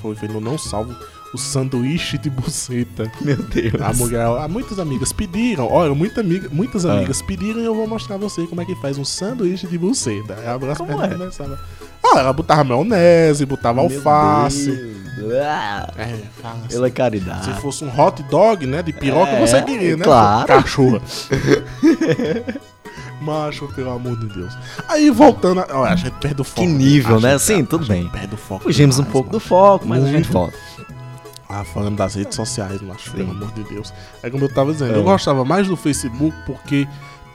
D: foi, foi no Não Salvo, o sanduíche de buceta.
C: Meu Deus.
D: A mulher, ah, muitas amigas pediram, olha, muita amiga, muitas
C: Ah.
D: amigas pediram e eu vou mostrar a você como é que faz um sanduíche de buceta. Aí abraço
C: Como é?
D: começava. Ah, ela botava maionese, botava
C: Meu
D: alface.
C: Deus. Ah,
D: É, alface.
C: Pela caridade.
D: Se fosse um hot dog, né? De piroca,
C: É,
D: você queria, né?
C: claro.
D: Cachorra. Macho, pelo amor de Deus. Aí voltando. A, ó, a gente perde o foco.
C: Que nível,
D: A
C: né?
D: gente-
C: Sim,
D: a
C: tudo
D: gente
C: bem.
D: Perde o foco.
C: Fugimos um
D: demais,
C: pouco do
D: mano.
C: foco, mas a gente
D: Muito.
C: volta.
D: Ah, falando das redes sociais, macho,
C: Sim.
D: pelo amor de Deus. É como eu tava dizendo,
C: É.
D: eu gostava mais do Facebook porque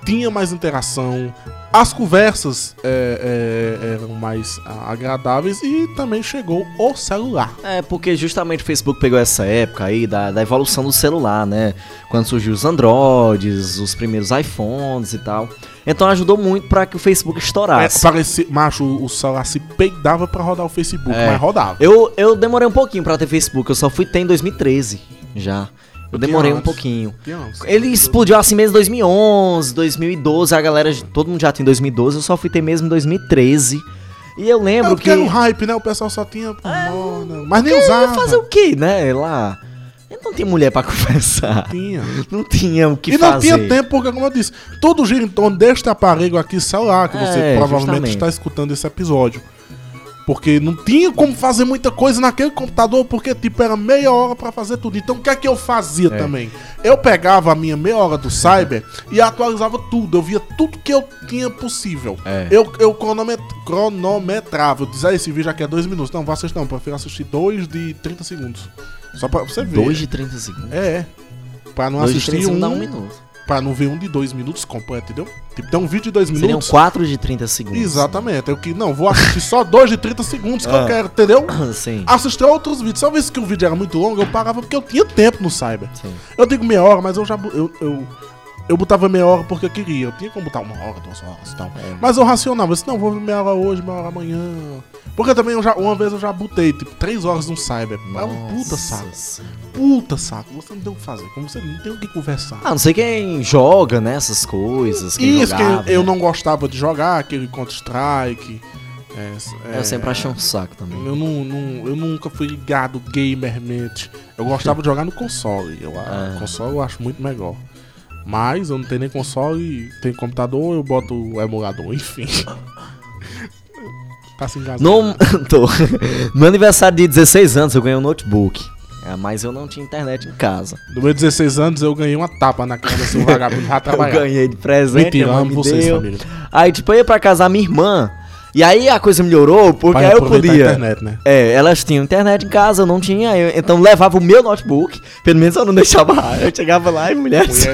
D: tinha mais interação, as conversas é, é, eram mais ah, agradáveis e também chegou o celular.
C: É, porque justamente o Facebook pegou essa época aí da, da evolução do celular, né? Quando surgiu os Androids, os primeiros iPhones e tal. Então ajudou muito pra que o Facebook
D: É,
C: estourasse.
D: parecia, macho, o celular se peidava pra rodar o Facebook,
C: É.
D: mas rodava.
C: Eu, eu demorei um pouquinho pra ter Facebook, eu só fui ter em 2013 já. Eu
D: tinha
C: demorei um
D: antes.
C: pouquinho.
D: Que anos?
C: Ele explodiu assim mesmo em 2011, 2012, a galera, todo mundo já tem 2012, eu só fui ter mesmo em 2013. E eu lembro que. "Ah,
D: É porque era um hype, né? O pessoal só tinha pornona. Mas nem usava.
C: É. fazer o quê, né? Lá. Não tem mulher pra conversar.
D: Tinha.
C: Não tinha o que
D: e não
C: fazer.
D: tinha tempo, porque, como eu disse, tudo gira em torno deste aparelho aqui celular, que
C: É,
D: você provavelmente
C: justamente.
D: está escutando esse episódio. Porque não tinha como fazer muita coisa naquele computador, porque, tipo, era meia hora pra fazer tudo. Então, o que é que eu fazia também? Eu pegava a minha meia hora do Cyber e atualizava tudo. Eu via tudo que eu tinha possível.
C: É.
D: Eu, eu cronomet- cronometrava. Eu dizia, ah, esse vídeo aqui é dois minutos. Não, vá assistir, não. Prefiro assistir dois de 30 segundos. Só pra você ver.
C: 2 de 30 segundos.
D: É, é. Pra não
C: Dois de 30
D: assistir
C: segundos
D: um,
C: dá um minuto.
D: Pra não ver um de dois minutos completo, entendeu? Tipo, tem um vídeo de dois
C: Seriam né?
D: minutos.
C: 4 de 30 segundos.
D: Exatamente. Eu que não, vou assistir só dois de 30 segundos
C: Ah.
D: que eu quero, entendeu?
C: Sim.
D: Assistir outros vídeos. Se eu visse que o vídeo era muito longo, eu parava porque eu tinha tempo no Cyber.
C: Sim.
D: Eu digo meia hora, mas eu já. bo- Eu, eu, eu botava meia hora porque eu queria. Eu tinha como botar uma hora, duas horas e tal.
C: É.
D: Mas eu racionava. Eu disse, não, vou ver meia hora hoje, meia hora amanhã. Porque também eu já, uma vez eu já botei, tipo, três horas no Cyber. É um puta
C: Nossa
D: saco.
C: Senhora.
D: Puta saco. Você não tem o que fazer. Como você não tem o que conversar.
C: Ah, não sei quem joga, né? Essas coisas. Quem
D: Isso,
C: jogava,
D: que eu
C: né?
D: não gostava de jogar, aquele Counter-Strike. é, s- é,
C: Eu sempre achei um saco também.
D: eu, não, não- eu nunca fui ligado gamermente. Eu gostava de jogar no console. Eu,
C: Ah.
D: a- Console eu acho muito melhor. Mas eu não tenho nem console, tem computador, eu boto o emulador, enfim. tá se engasgando.
C: No, tô. no aniversário de 16 anos eu ganhei um notebook. É, mas eu não tinha internet em casa.
D: Do meu 16 anos eu ganhei uma tapa na cara desse vagabundo já
C: Eu
D: trabalhar.
C: ganhei de presente.
D: Tá Mentira,
C: minha mãe
D: amo
C: me
D: vocês,
C: deu.
D: família.
C: Aí, tipo, eu ia pra casa da minha irmã. E aí a coisa melhorou, porque aí eu
D: aproveitar
C: podia.
D: a internet, né?
C: É, elas tinham internet em casa, eu não tinha. eu- então eu levava o meu notebook. Pelo menos eu não deixava. Eu chegava lá e mulher. assim.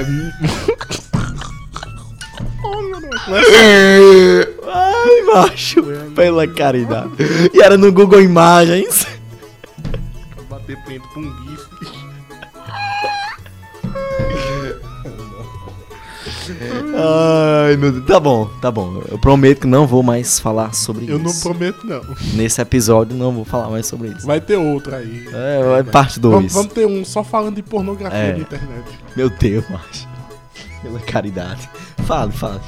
D: Mulher-
C: Ai, macho. Pela caridade. E era no Google Imagens.
D: bater preto com um gif.
C: Ai, meu Deus. Tá bom, tá bom. Eu prometo que não vou mais falar sobre
D: Eu não
C: isso.
D: prometo, não.
C: Nesse episódio não vou falar mais sobre isso.
D: Vai ter outro aí.
C: É, é parte 2.
D: Vamos, vamos ter um só falando de pornografia
C: É.
D: na internet.
C: Meu Deus, macho. Pela caridade. Fale, fale.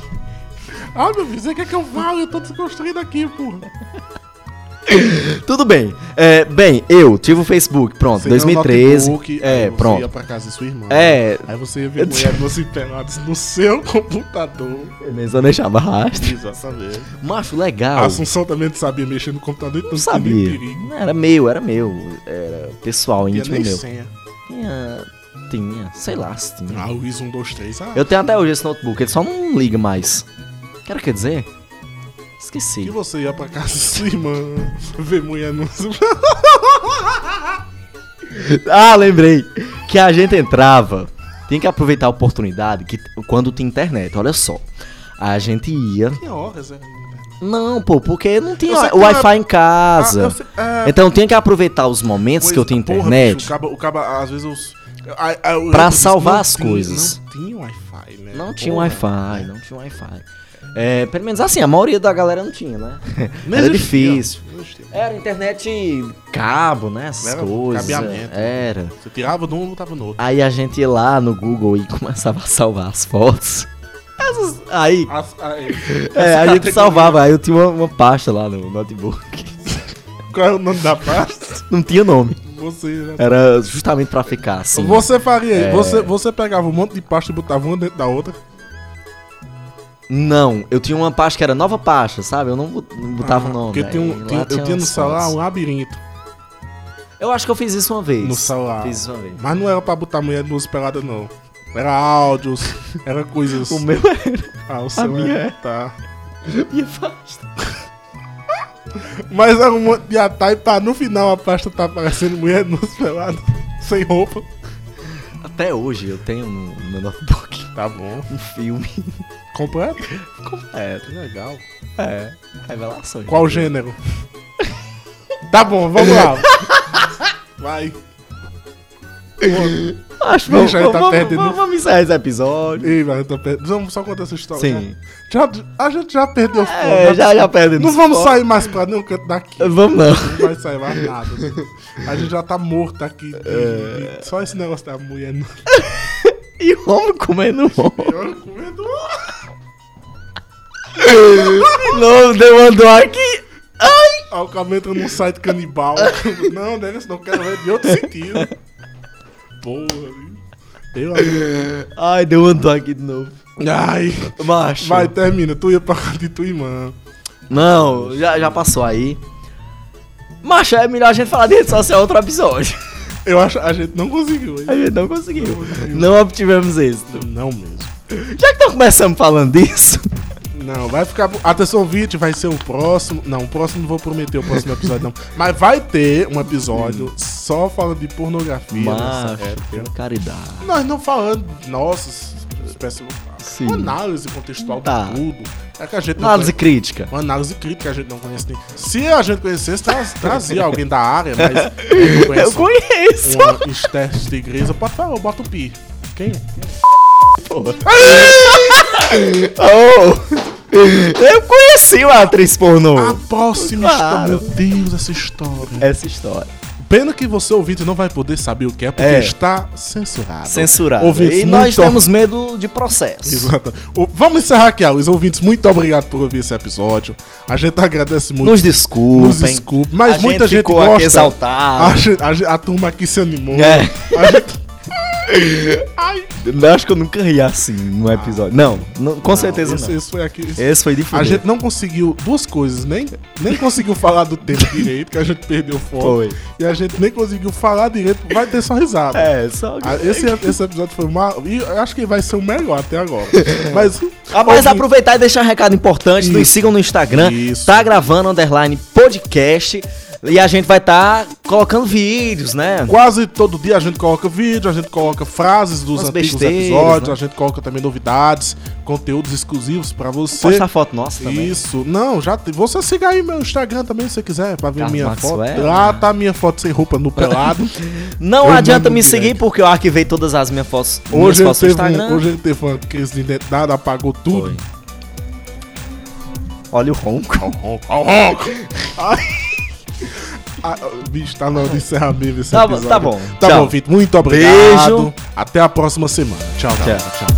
D: Ah, meu filho, você quer que eu fale? Eu tô desconstruindo aqui, porra.
C: Tudo bem. É, bem, eu tive o Facebook, pronto,
D: Você
C: 2013.
D: ganhou um notebook, aí
C: é,
D: você ia
C: pronto.
D: pra casa de sua irmã.
C: É.
D: Aí você ia ver mulher doce peladas no seu computador.
C: Mas eu deixava rastro.
D: Exatamente.
C: Macho,
D: A
C: legal.
D: Assunção também não sabia mexer no computador, então
C: Não
D: não tinha nem
C: Ah, sabia.
D: perigo.
C: Era meu, era meu. Era pessoal,
D: Tinha
C: íntimo
D: nem
C: meu.
D: senha.
C: Tinha. Tinha, sei lá se tinha.
D: Ah, o ISO 1, 2, 3. Ah,
C: Eu tenho até hoje esse notebook, ele só não liga mais. Quero quer dizer?
D: que
C: Esqueci.
D: você ia pra casa de sua irmã ver mulher no...
C: Ah, lembrei. Que a gente entrava. Tem que aproveitar a oportunidade que quando tem internet, olha só. A gente ia.
D: Tinha horas, é.
C: Não, pô, porque não
D: Eu sei
C: tinha
D: que
C: Wi-Fi
D: era-
C: em casa.
D: Ah, eu sei- é,
C: Então tinha que aproveitar os momentos que eu tinha
D: Coisa- porra,
C: internet.
D: bicho, o caba, o caba- às vezes os. a- a- eu
C: Pra
D: lembro disso,
C: salvar
D: não
C: as
D: tinha-
C: coisas.
D: Não tinha Wi-Fi, né?
C: não tinha
D: Porra.
C: Wi-Fi, não tinha Wi-Fi. É, pelo menos assim, a maioria da galera não tinha, né?
D: Não
C: Era
D: existia,
C: difícil.
D: não existia.
C: Era internet cabo, né? Essas
D: Era
C: coisas.
D: cabeamento.
C: Era.
D: Você tirava de um e botava no outro.
C: Aí a gente ia lá no Google e começava a salvar as fotos. Essas- Aí,
D: As- a-
C: é, a
D: essa
C: gente
D: categoria-
C: salvava. Aí eu tinha uma, uma pasta lá no notebook.
D: Qual é o nome da pasta?
C: Não tinha nome.
D: Você. né?
C: Era justamente pra ficar assim.
D: Você faria. Você, você pegava um monte de pasta e botava uma dentro da outra.
C: Não, eu tinha uma pasta que era nova pasta, sabe? Eu não bot- não botava o nome.
D: Porque eu tinha,
C: Aí
D: um,
C: lá
D: tinha- eu tinha no
C: umas
D: celular
C: fotos.
D: um labirinto.
C: Eu acho que eu fiz isso uma vez.
D: No celular.
C: Fiz isso uma vez.
D: Mas não era pra botar mulher de luz pelada, não. Era áudios, era coisas.
C: O meu era
D: Ah, o seu
C: minha
D: é-
C: é.
D: Tá.
C: minha pasta.
D: Mas era um monte de atalho pra no final a pasta tá aparecendo mulher nos pelados, sem roupa.
C: Até hoje eu tenho no no meu notebook
D: Tá bom.
C: um filme
D: Completo?
C: completo.
D: Legal.
C: É. Revelações.
D: Qual gênero? tá bom, vamos lá. Vai. Pô,
C: Acho que
D: Bicho,
C: vamos,
D: aí tá
C: vamos, vamos,
D: perdendo.
C: vamos, encerrar esse episódio.
D: Ei, mas eu tô per- Vamos só contar essa história. né?
C: Sim.
D: Já, já- a gente já perdeu o fogo.
C: É, já, já perdendo.
D: Não
C: esse
D: vamos
C: foco.
D: sair mais pra nenhum canto daqui.
C: Vamos não.
D: Não vai sair mais nada. A gente já tá morto aqui.
C: É.
D: de- de- Só esse negócio da mulher. no-
C: E o homem comendo homem.
D: Eu tô com medo.
C: De novo, demandou um aqui. Ah!
D: Aí o cara entra num site canibal. não, Dennis, não quero ver de outro sentido. Porra, viu? Eu aí.
C: Ai, deu um toque de novo.
D: Ai.
C: Macho.
D: Vai, termina. Tu ia pra casa de tua irmã.
C: Não, já, já passou aí. Macho, é melhor a gente falar de rede social outro episódio.
D: Eu acho a gente não conseguiu. hein?
C: A gente não conseguiu. Não obtivemos êxito.
D: Não mesmo.
C: Já que nós começamos falando disso,
D: Não, vai ficar. Atenção, Vite, vai ser o próximo. Não, o próximo não vou prometer o próximo episódio, não. Mas vai ter um episódio só falando de pornografia nessa época.
C: macho, caridade.
D: Nós não falando, nossa, espécie
C: Sim.
D: uma análise contextual
C: Tá.
D: de tudo. É que a gente não
C: Análise
D: conhece-
C: crítica.
D: uma análise crítica que a gente não conhece nem. Se a gente conhecesse, tra- trazia alguém da área, mas a gente não Um
C: Eu
D: conhece
C: conheço.
D: uma Estés de igreja, pode falar, eu boto o pi. Quem?
C: Oh. Eu conheci uma atriz pornô.
D: A próxima
C: Claro.
D: história. Meu Deus, essa história.
C: Essa história.
D: Pena que você ouvinte não vai poder saber o que é, porque
C: É.
D: está censurado.
C: Censurada.
D: Ouvintes,
C: e nós
D: muito-
C: temos medo de processo.
D: Exato. O- Vamos encerrar aqui, ó. Os ouvintes, muito obrigado por ouvir esse episódio. A gente agradece muito.
C: Nos desculpem.
D: Nos desculpe, mas
C: A
D: muita gente,
C: ficou
D: gosta.
C: aqui
D: A,
C: exaltado.
D: gente- a gente- a turma aqui se animou.
C: É.
D: A gente-
C: Eu Acho que eu nunca ri assim num episódio. Não, não- com certeza
D: Ah. esse,
C: não. É,
D: esse foi aqui. esse-
C: Esse foi
D: A
C: diferente.
D: gente não conseguiu duas coisas, nem, nem conseguiu falar do tempo direito, que a gente perdeu o foco.
C: Foi.
D: E a gente nem conseguiu falar direito, vai ter só risada.
C: É, só.
D: Ah, Esse, esse episódio foi mal. E eu acho que vai ser o melhor até agora. Mas.
C: Ah, Mas
D: ouvinte-
C: aproveitar e deixar um recado importante, nos
D: Isso.
C: sigam no Instagram,
D: Isso.
C: tá gravando underline podcast e a gente vai estar colocando vídeos, né?
D: Quase todo dia a gente coloca vídeo, a gente coloca frases dos
C: Umas
D: antigos
C: besteiras,
D: episódios,
C: né?
D: a gente coloca também novidades, conteúdos exclusivos pra você.
C: Postar foto nossa também.
D: Isso, não, já tem. Você siga aí meu Instagram também se você quiser, pra ver
C: Carlos
D: minha
C: Maxwell. né?
D: foto. Lá tá minha foto sem roupa no pelado.
C: Não
D: Eu
C: adianta
D: mando
C: me
D: direto.
C: seguir porque eu arquivei todas as minhas fotos
D: Hoje ele,
C: minhas fotos
D: teve um, hoje ele teve uma crise de identidade, apagou tudo.
C: Olha o ronco.
D: Ah, bicho, tá na hora de encerrar mesmo esse
C: Tá bom,
D: episódio.
C: tá bom.
D: Tá
C: Tchau.
D: bom, Vitor, muito obrigado.
C: Beijo.
D: Até a próxima semana. tchau.
C: Tchau.
D: tchau. tchau.